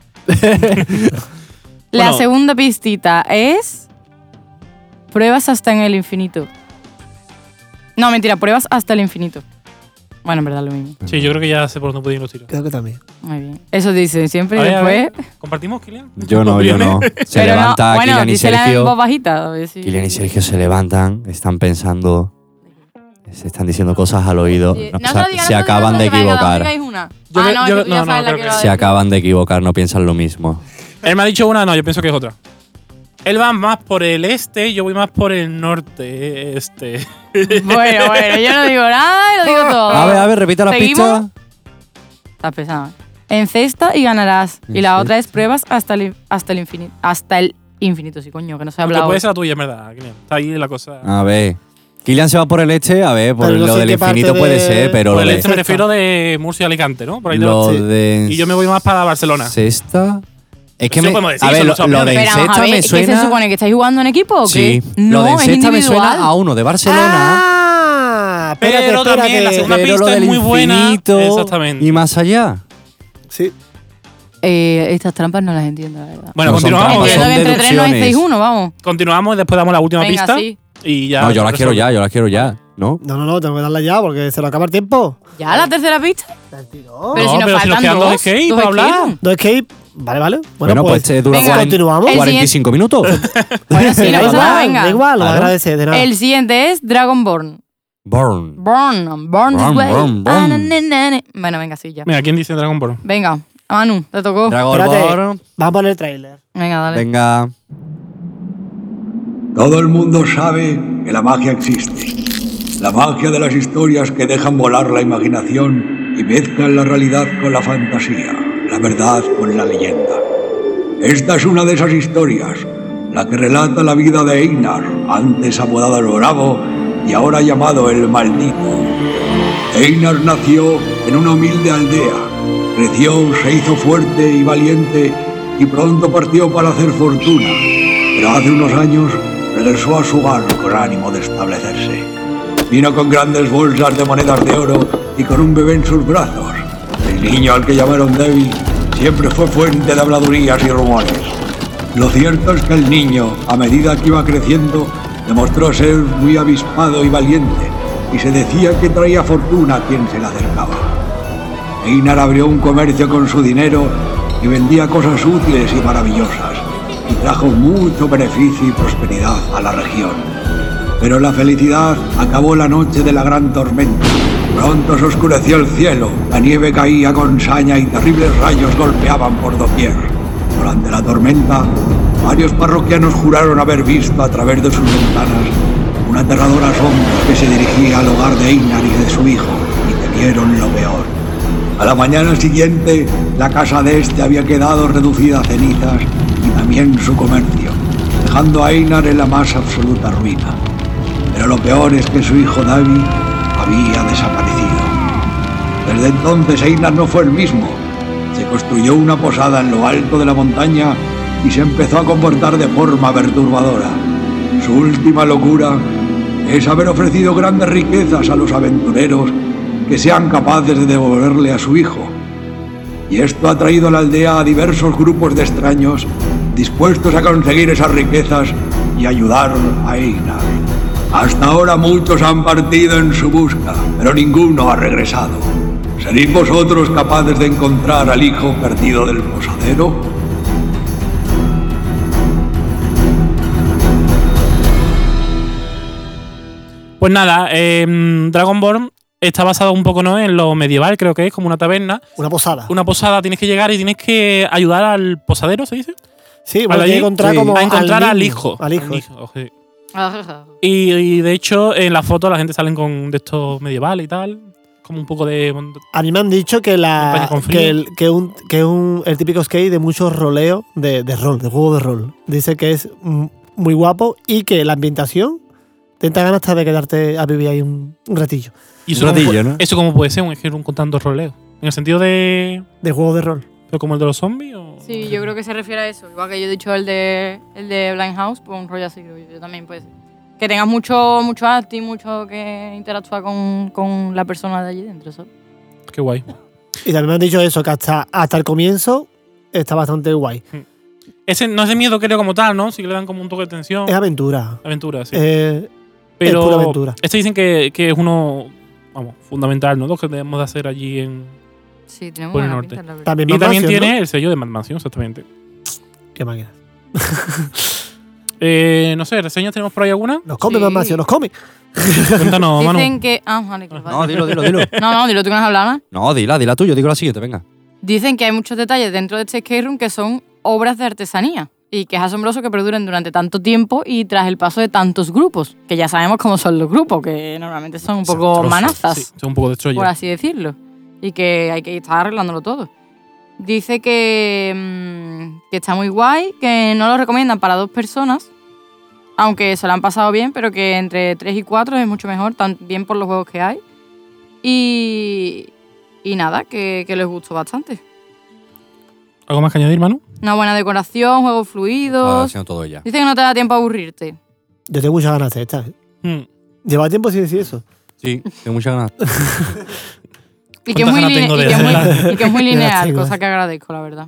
la Bueno. segunda pistita es. Pruebas hasta en el infinito. No, mentira, pruebas hasta el infinito. Bueno, en verdad lo mismo. Sí, yo creo que ya sé por dónde pueden ir los tiros. Creo que también. Muy bien. Eso dicen siempre A y ver, a después. ver. ¿Compartimos, Kilian? Yo no, yo no. Se Pero no, levanta bueno, Kylian y dísela en Sergio. voz bajita. a ver si- Kilian y Sergio se levantan, están pensando, se están diciendo cosas al oído. Sí, O Eh, No sea, lo digas, se no lo digas, acaban no de lo digas, cada uno equivocar. digáis una. Yo Ah, creo- no, yo- que tú ya no, no, sabes la creo que que va a sí. Se decir. acaban de equivocar, no piensan lo mismo. Él me ha dicho una, no, yo pienso que es otra. Él va más por el este, yo voy más por el norte. (laughs) Este. Bueno, bueno, yo no digo nada (laughs) y lo digo todo. A ver, a ver, repita la Oh. ¿Seguimos? pista. Está pesado. Encesta y ganarás. Y la Encesta. otra es pruebas hasta el, hasta el infinito. Hasta el infinito, sí, coño, que no se ha Porque hablado. puede ser la tuya, en verdad, Kilian. Está ahí la cosa. A ver. Kilian se va por el este, a ver, por Pero no lo sé del qué parte infinito puede de- ser, pero por lo el de, este me refiero de Murcia a Alicante, ¿no? Por ahí de lo norte. de Y yo me voy más para Barcelona. Sexta. Es que Sí, me, podemos decir, a ver, son lo, los lo de campeones. Pero vamos a Sexta ver, me ¿qué suena. se supone que estáis jugando en equipo o qué? sí, lo de es Sexta me individual. suena a uno de Barcelona. Ah, ¿eh? espérate, Pero espérate. también la segunda- Una pero pista lo es del muy buena. infinito Exactamente. Y más allá. Sí. Eh, estas trampas no las entiendo, la verdad. Bueno, No son continuamos. trampas, que- Entiendo son que entre tres no hay deducciones. seis uno, vamos. Continuamos y después damos la última Venga, pista. sí. Y ya. no, yo las quiero ya, yo las quiero ya. ¿No? No, no, no, tengo que darla ya porque se lo acaba el tiempo. ¿Ya la tercera pista? Pero No, si nos pero si nos faltan quedan dos dos, skates dos para hablar. skates. No es que. Vale, vale. Bueno, pues, este eh, dura venga, 40 continuamos. El 45 minutos. (laughs) Bueno, sí, no Da pasa nada, igual, da venga. igual, lo Claro. agradeces, de nada. El siguiente es Dragonborn. Burn. Born, born this Born, way. born, born. Ah, na, na, na, na. Bueno, venga, sí, ya. Mira, ¿quién dice Dragon Ball? Venga, Manu, te tocó. Dragon Espérate. Born. Vamos a poner el trailer. Venga, dale. Venga. Todo el mundo sabe que la magia existe. La magia de las historias que dejan volar la imaginación y mezclan la realidad con la fantasía, la verdad con la leyenda. Esta es una de esas historias, la que relata la vida de Einar, antes apodado el Bravo y ahora llamado el Maldito. Einar nació en una humilde aldea. Creció, se hizo fuerte y valiente y pronto partió para hacer fortuna. Pero hace unos años regresó a su hogar con ánimo de establecerse. Vino con grandes bolsas de monedas de oro y con un bebé en sus brazos. niño al que llamaron Debbie siempre fue fuente de habladurías y rumores. Lo cierto es que el niño, a medida que iba creciendo, demostró ser muy avispado y valiente, y se decía que traía fortuna a quien se la acercaba. Einar abrió un comercio con su dinero y vendía cosas útiles y maravillosas, y trajo mucho beneficio y prosperidad a la región. Pero la felicidad acabó la noche de la gran tormenta. Pronto se oscureció el cielo, la nieve caía con saña y terribles rayos golpeaban por doquier. Durante la tormenta, varios parroquianos juraron haber visto a través de sus ventanas una aterradora sombra que se dirigía al hogar de Einar y de su hijo, y temieron lo peor. A la mañana siguiente, la casa de este había quedado reducida a cenizas y también su comercio, dejando a Einar en la más absoluta ruina. Pero lo peor es que su hijo David había desaparecido. Desde entonces Einar no fue el mismo. Se construyó una posada en lo alto de la montaña y se empezó a comportar de forma perturbadora. Su última locura es haber ofrecido grandes riquezas a los aventureros que sean capaces de devolverle a su hijo. Y esto ha traído a la aldea a diversos grupos de extraños dispuestos a conseguir esas riquezas y ayudar a Einar. Hasta ahora muchos han partido en su busca, pero ninguno ha regresado. ¿Seréis vosotros capaces de encontrar al hijo perdido del posadero? Pues nada, eh, Dragonborn está basado un poco ¿no? en lo medieval, creo que es como una taberna. Una posada. Una posada, tienes que llegar y tienes que ayudar al posadero, ¿se dice? Sí, bueno, Al hay que allí, encontrar sí. como a encontrar al, mismo, hijo. Al hijo. sí. (laughs) Y, y de hecho, en la foto la gente salen con de estos medievales y tal. Como un poco de. A mí me han dicho que Acompaña la con frío. que, el, que un, que un- el típico skate de muchos roleos de, de rol, de juego de rol. Dice que es mm, muy guapo y que la ambientación te da ganas hasta de quedarte a vivir ahí un, un ratillo Y Un eso, como ratillo, ¿no? eso como puede ser un ejemplo contando roleo. En el sentido de. de juego de rol. ¿Pero como el de los zombies? O? Sí, yo creo que se refiere a eso. Igual que yo he dicho el de, el de Blind House, pues un rollo así creo yo. Yo también, pues. Que tengas mucho, mucho acting, mucho que interactuar con, con la persona de allí dentro, ¿sabes? Qué guay. Y también me han dicho eso, que hasta, hasta el comienzo está bastante guay. Ese no es de miedo, creo, como tal, ¿no? Sí que le dan como un toque de tensión. Es aventura. Aventura, sí. Eh, Pero pura aventura. Este dicen que, que es uno, vamos, fundamental, ¿no? Lo que debemos de hacer allí en... Sí, tenemos Por el buena norte. pinta, la verdad. también Y Mad también Mansion, tiene el sello de Mad Mansion, exactamente. ¿no? Qué máquina. Eh, no sé, ¿reseñas tenemos por ahí (laughs) alguna? Nos come Sí. Mad Mansion, nos come. Cuéntanos, Manu. Dicen que. Ah, vale, que lo No, vale. dilo, dilo, dilo. No, no, dilo tú que no has hablado nada. No, dila, dila tú, yo digo la siguiente, venga. Dicen que hay muchos detalles dentro de este skate room que son obras de artesanía y que es asombroso que perduren durante tanto tiempo y tras el paso de tantos grupos, que ya sabemos cómo son los grupos, que normalmente son un poco Desastroso, manazas. Sí, son un poco destroyer. por así decirlo, y que hay que estar arreglándolo todo. Dice que, mm, que está muy guay, que no lo recomiendan para dos personas, aunque se lo han pasado bien, pero que entre tres y cuatro es mucho mejor, también por los juegos que hay. Y, y nada, que, que les gustó bastante. ¿Algo más que añadir, Manu? Una buena decoración, juegos Está fluidos. haciendo todo ella. Dice que no te da tiempo a aburrirte. Yo tengo muchas ganas de esta. ¿eh? Mm. Hmm. Lleva tiempo sin decir eso. Sí, tengo muchas ganas. Y que, es muy ¿Cuántas ganas line- tengo y de que es muy- hacerla? (laughs) y que es muy Ya lineal, tengo. cosa que agradezco, la verdad.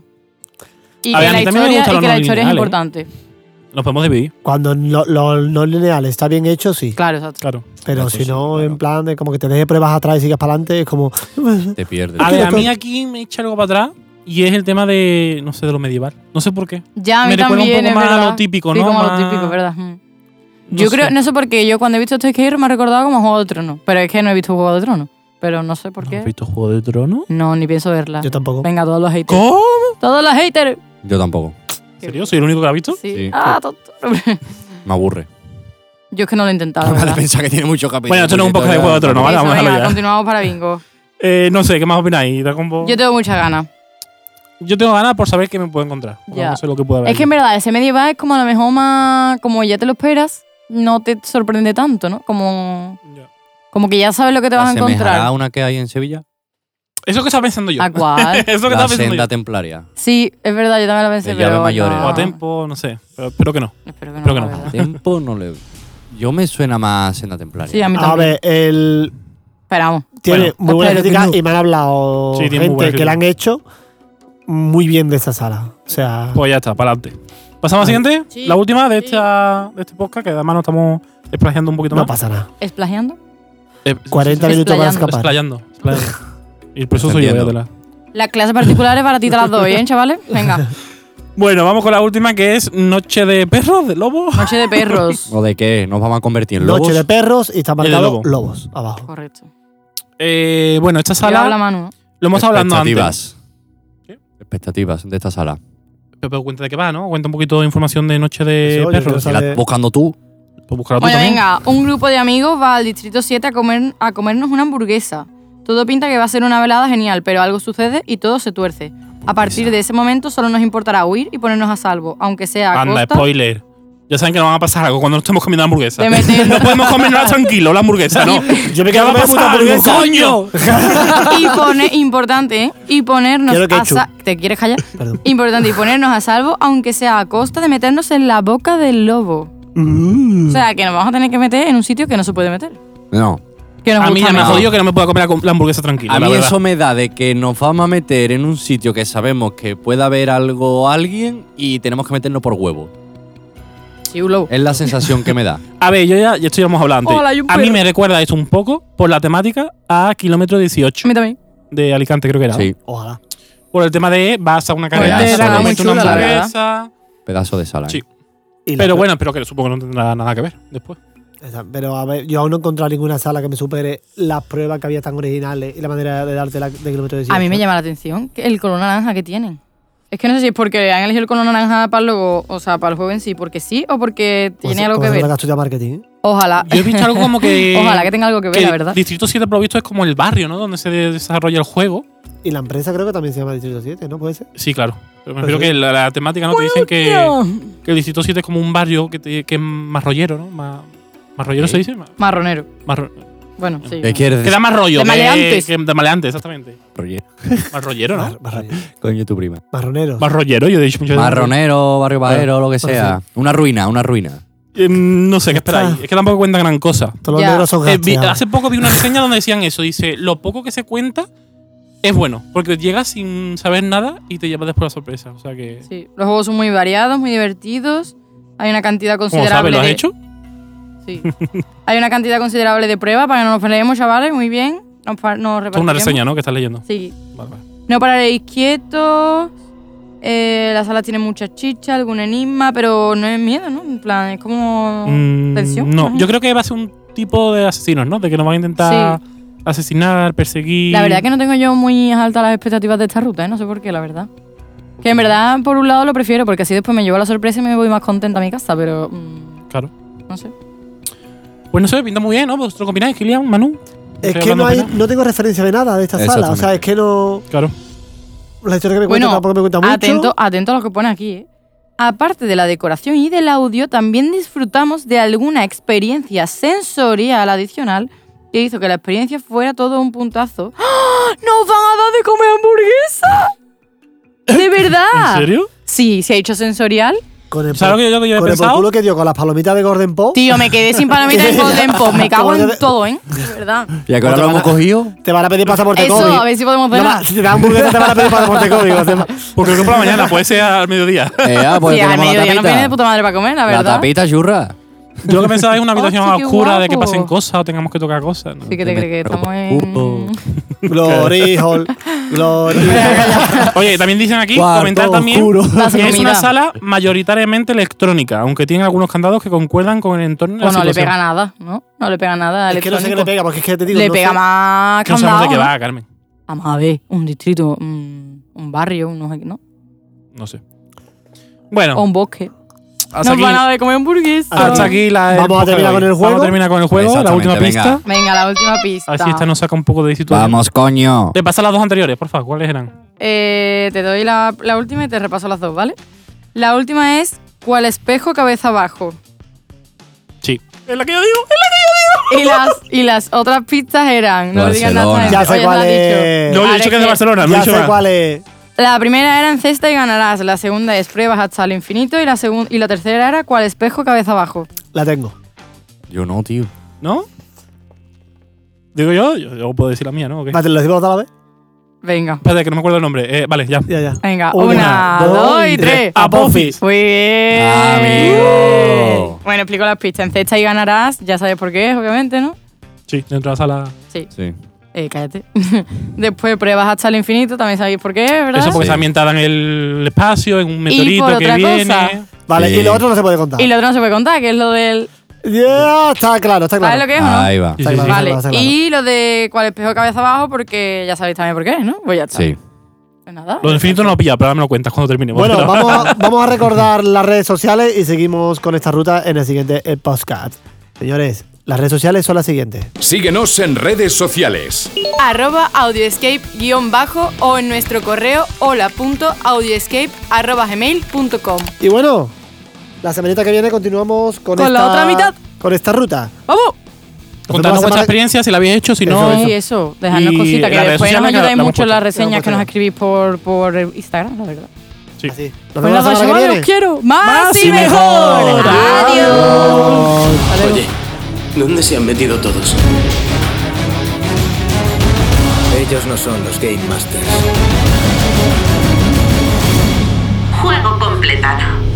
Y A que ver, a la mí también me gustan historia, y los que la no historia es lineales. importante. Nos podemos dividir, Cuando lo, lo no lineal está bien hecho, sí. Claro, exacto. claro. Pero Eso si sí, no, claro. en plan de como que te dejes pruebas atrás y sigas para adelante, es como. Te pierdes. A que ver, a lo- mí aquí me echa algo para atrás y es el tema de, no sé, de lo medieval. No sé por qué. Ya, a mí Me recuerda un también, poco es más a lo verdad. típico, Sí, ¿no? como Más- lo típico, ¿verdad? Mm. No yo creo, sé. no sé por qué, yo cuando he visto este Skate me ha recordado como Juego de Tronos, pero es que no he visto Juego de Tronos, pero no sé por ¿No qué. ¿Has visto Juego de Trono? No, ni pienso verla. Yo tampoco. Venga, todos los haters. ¿Cómo? Todos los haters. Yo tampoco. ¿En serio? ¿Soy el único que la ha visto? Sí. Sí. Ah, tonto. Me aburre. (laughs) Yo es que no lo he intentado. Además de ¿verdad? pensar que tiene muchos capítulos. Bueno, esto no es un podcast de Juego de Tronos, ¿vale? Eso, Vamos a venga, dejarlo ya. continuamos para bingo. Eh, no sé, ¿qué más opináis? Dragon Ball? Yo tengo muchas ganas. Yo tengo ganas por saber qué me puedo encontrar. porque Ya. No sé lo que pueda haber. Es que en verdad, ese medieval es como a lo mejor más, como ya te lo esperas, no te sorprende tanto, ¿no? Como, Ya. como que ya sabes lo que te ¿Te vas a encontrar. una que hay en Sevilla? Eso que estaba pensando yo. ¿A cuál? (laughs) Eso que La estaba pensando senda yo. templaria. Sí, es verdad, yo también lo pensé, De llave pero mayores. no. O a tempo, no sé. Pero espero que no. Espero que no. Espero que la no. verdad. Tempo no le... Yo me suena más senda templaria. Sí, a mí A también. ver, el. Esperamos. Tiene Bueno, muy buena espero que crítica no. y me han hablado Sí, tiene muy buena gente que crítica. la han hecho muy bien de esa sala. O sea, Pues ya está, para adelante. ¿Pasamos a la siguiente? Sí, la última de, sí. esta, de este podcast, que además nos estamos esplagiando un poquito no más. pasa nada. ¿Esplagiando? Eh, 40 sí, minutos para explayando. escapar. Explayando. explayando. (laughs) y por eso soy yo, Entiendo. ya te la- Las clases particulares para ti te las doy, ¿eh, chavales? Venga. Bueno, vamos con la última que es Noche de Perros, de Lobos. Noche de perros. ¿O de qué? ¿Nos vamos a convertir en lobos? Noche de perros y está marcado lobo. lobos abajo. Correcto. Eh, bueno, esta Sala. Habla sala Manu. ¿no? lo hemos estado hablando antes. Expectativas. Expectativas de esta sala. Pero, pero cuenta de qué va, ¿no? Cuenta un poquito de información de Noche de Eso, oye, Perros. que no ¿La Sale- buscando tú? Pues búscala tú Bueno, también. venga, un grupo de amigos va al Distrito 7 a, comer, a comernos una hamburguesa. Todo pinta que va a ser una velada genial, pero algo sucede y todo se tuerce. A partir de ese momento solo nos importará huir y ponernos a salvo, aunque sea a Anda, costa spoiler. Ya saben que nos van a pasar algo cuando nos estemos comiendo hamburguesa. de meter- no podemos comernos tranquilo la hamburguesa, (laughs) ¿no? Yo me ¿Qué quedo va a con la puta pasar? hamburguesa. ¡Coño! y poner importante, ¿eh? y ponernos Quiero a ketchup. sa- ¿Te quieres callar? Perdón. Importante, y ponernos a salvo, aunque sea a costa de meternos en la boca del lobo. Mm. O sea, que nos vamos a tener que meter en un sitio que no se puede meter. No. Que nos A mí gusta ya me ha menos. jodido que no me pueda comer la com- la hamburguesa tranquila. A la mí verdad. eso me da de que nos vamos a meter en un sitio que sabemos que puede haber algo alguien y tenemos que meternos por huevo. Sí, un lobo. Es la sensación que me (laughs) da. A ver, yo ya, ya esto ya hemos hablado antes. Hola, hay un a mí perro. me recuerda esto un poco por la temática a kilómetro 18 A mí también. de Alicante, creo que era. Sí, Ojalá. Por el tema de vas a una Pues te carretera, da comes muy una chula, la hamburguesa. pedazo de sala. ¿eh? Sí. Y la- Pero bueno, espero que supongo que no tendrá nada que ver después. Esa- Pero a ver, yo aún no he encontrado ninguna sala que me supere las pruebas que había tan originales y la manera de darte la, de kilómetro de A mí me silencio. llama la atención que el color naranja que tienen. Es que no sé si es porque han elegido el color naranja para el logo, o sea, para el juego en sí, porque sí o porque Como tiene se- algo como que se ver. trata de estudiar marketing. ¿eh? Ojalá. Yo he visto algo como que. Ojalá que tenga algo que ver, la verdad. Distrito 7 Provisto es como el barrio, ¿no? Donde se de- desarrolla el juego. Y la empresa creo que también se llama Distrito 7, ¿no? Puede ser. Sí, claro. Pero me Pues refiero sí. que la, la temática no te dicen que, que el Distrito 7 es como un barrio que, te- que es más rollero, ¿no? Más, más rollero se dice. Más, (laughs) Marronero. más ro- Bueno, sí. ¿Qué quieres que da decir? más rollo. De que- maleantes. que- de maleantes, exactamente. Roger? Más rollero, ¿no? Mar- marronero. Coño, tu prima. Marroneros. Más rollero, yo he dicho muchas veces. Marronero, barrio bajero, lo que bueno, sea. Una ruina, una ruina. Eh, no sé, ¿qué esperáis? Es que tampoco cuenta gran cosa. Todos los Ya. negros son Eh, vi- hashtags. hace poco vi una reseña donde decían eso. Dice, lo poco que se cuenta es bueno. Porque llegas sin saber nada y te llevas después la sorpresa. O sea que... Sí. Los juegos son muy variados, muy divertidos. Hay una cantidad ¿Cómo considerable. sabes? ¿Lo has de- hecho? Sí. Hay una cantidad considerable de pruebas para que no nos peleemos, chavales. Muy bien. Nos, Esto pa- nos es una repartiremos. reseña, ¿no? Que estás leyendo. Sí. Vale, vale. No pararéis quietos. Eh, la sala tiene muchas chichas, algún enigma, pero no es miedo, ¿no? En plan, es como. Mm, tensión, No, ajá. yo creo que va a ser un tipo de asesinos, ¿no? De que nos van a intentar asesinar, perseguir... La verdad que no tengo yo muy altas las expectativas de esta ruta, ¿eh? no sé por qué, la verdad. Que en verdad, por un lado lo prefiero, porque así después me llevo la sorpresa y me voy más contenta a mi casa, pero. mm, Claro. no sé. Pues no sé, pinta muy bien, ¿no? ¿Vosotros qué opináis, Kilian, Manu? Es Estoy que no, hablando hay, apenas. no tengo referencia de nada de esta sala. O sea, Exactamente. es que no. Claro. La historia que me cuenta Bueno, tampoco me cuenta mucho. atento, atento a lo que pone aquí, ¿eh? Aparte de la decoración y del audio, también disfrutamos de alguna experiencia sensorial adicional que hizo que la experiencia fuera todo un puntazo. ¡Ah! ¡Nos van a dar de comer hamburguesa! ¿Eh? ¡De verdad! ¿En serio? Sí, se ha hecho sensorial. Con el, ¿Sabes lo que yo, lo que yo he con el por pensado? culo que dio con las palomitas de Gordon Poe. Tío, me quedé sin palomitas (laughs) en Golden Pop. Me cago en todo, ¿eh? De verdad. ¿Y a qué hora Otra lo hemos (laughs) bala. cogido? Te van a pedir pasaporte Eso, COVID. a ver si podemos No, verla. va, si te dan hamburguesa, te van a pedir pasaporte COVID. (laughs) o sea, Porque creo que por la mañana puede ser al (laughs) mediodía. Eh, ah, pues Sí, al tenemos la mediodía no viene de tapita. puta madre para comer, la La verdad. tapita, churra. Yo lo que pensaba es una habitación Hostia, Oh, qué oscura de que guapo. pasen cosas o tengamos que tocar cosas. ¿no? Sí que te crees que estamos en... (laughs) Glory Hall. Glory Hall. Oye, también dicen aquí, Cuarto comentar también oscuro. Clase que es comida. una sala mayoritariamente electrónica, aunque tiene algunos candados que concuerdan con el entorno. de la O no le situación. pega nada, ¿no? No le pega nada. pues, Es que no sé qué le electrónico. pega, porque es que te digo. Le no pega sé. más Que no sabemos de qué candado, va, Carmen. ¿no? Vamos a ver, un distrito, un, un barrio, un no sé qué, ¿no? No sé. Bueno, O un bosque. hasta, Nos van a aquí, dar de comer hamburguesas. hasta aquí la. el Vamos a podcast terminar de hoy. con el Vamos juego. a terminar con el juego, la última Exactamente, venga. pista. Venga, la última A pista. ver si esta nos saca un poco de situación. Vamos, coño. Te pasan las dos anteriores, por favor, ¿cuáles eran? Eh, te doy la, la última y te repaso las dos, ¿vale? La última es ¿Cuál espejo cabeza abajo? Sí. Es la que yo digo. Y las, y las otras pistas eran. No le digas nada. a nadie, Barcelona. Ya oye, no sé lo cuál has dicho. es. No, yo he dicho Ahora es que es de que- Barcelona, no he Ya dicho sé nada. cuál es. La primera era encesta y ganarás. La segunda es pruebas hasta el infinito. Y la, segun- y la tercera era cuál espejo cabeza abajo. La tengo. Yo no, tío. ¿No? Digo yo, yo, yo puedo decir la mía, ¿no? ¿O qué? Vale, ¿lo decimos a la vez? Venga. Espérate, que no me acuerdo el nombre. Eh, vale, ya. Ya, ya. Venga, una, dos y tres. Apophis. Muy bien. Uh. Amigo. Bueno, explico las pistas. En cesta y ganarás, ya sabes por qué, obviamente, ¿no? Sí, dentro de la sala. Sí. Sí. Eh, cállate. (laughs) Después pruebas hasta el infinito, también sabéis por qué, ¿verdad? Eso porque Sí. se ambientada en el espacio, en un por meteorito que otra viene. cosa. Vale, Sí. y lo otro no se puede contar. Y lo otro no se puede contar, que es lo del. Ya, está claro, está claro. ¿Sabes lo que es o no? Ahí va. Sí, Está sí, claro, sí. está Vale. claro, está claro. Y lo de cuál espejo cabeza abajo, porque ya sabéis también por qué, ¿no? Pues ya está. Sí. Pues nada. Lo del infinito no lo pilla, pero ahora me lo cuentas cuando terminemos. Bueno, (laughs) vamos a, vamos a recordar las redes sociales y seguimos con esta ruta en el siguiente eh, podcast. Señores, las redes sociales son las siguientes. Síguenos en redes sociales. Arroba audioescape guión bajo o en nuestro correo hola.audioescape arroba gmail punto com. Y bueno, la semanita que viene continuamos con, Con la esta- otra mitad. Con esta ruta. ¡Vamos! Contadnos Nosotros la semana- vuestra experiencia, si la habéis hecho, si no. Sí, eso, dejadnos Y cositas, que las redes después nos sociales que ayudáis la hemos mucho puesto. en las La reseñas hemos que nos puesto. escribís por, por eh, Instagram, la verdad. Sí. Así. Ah, Nos Pues vemos nada, la semana que chaval, viene. os quiero. Más, y mejor. Adiós. Oye, ¿dónde se han metido todos? Ellos no son los Game Masters. Juego completado.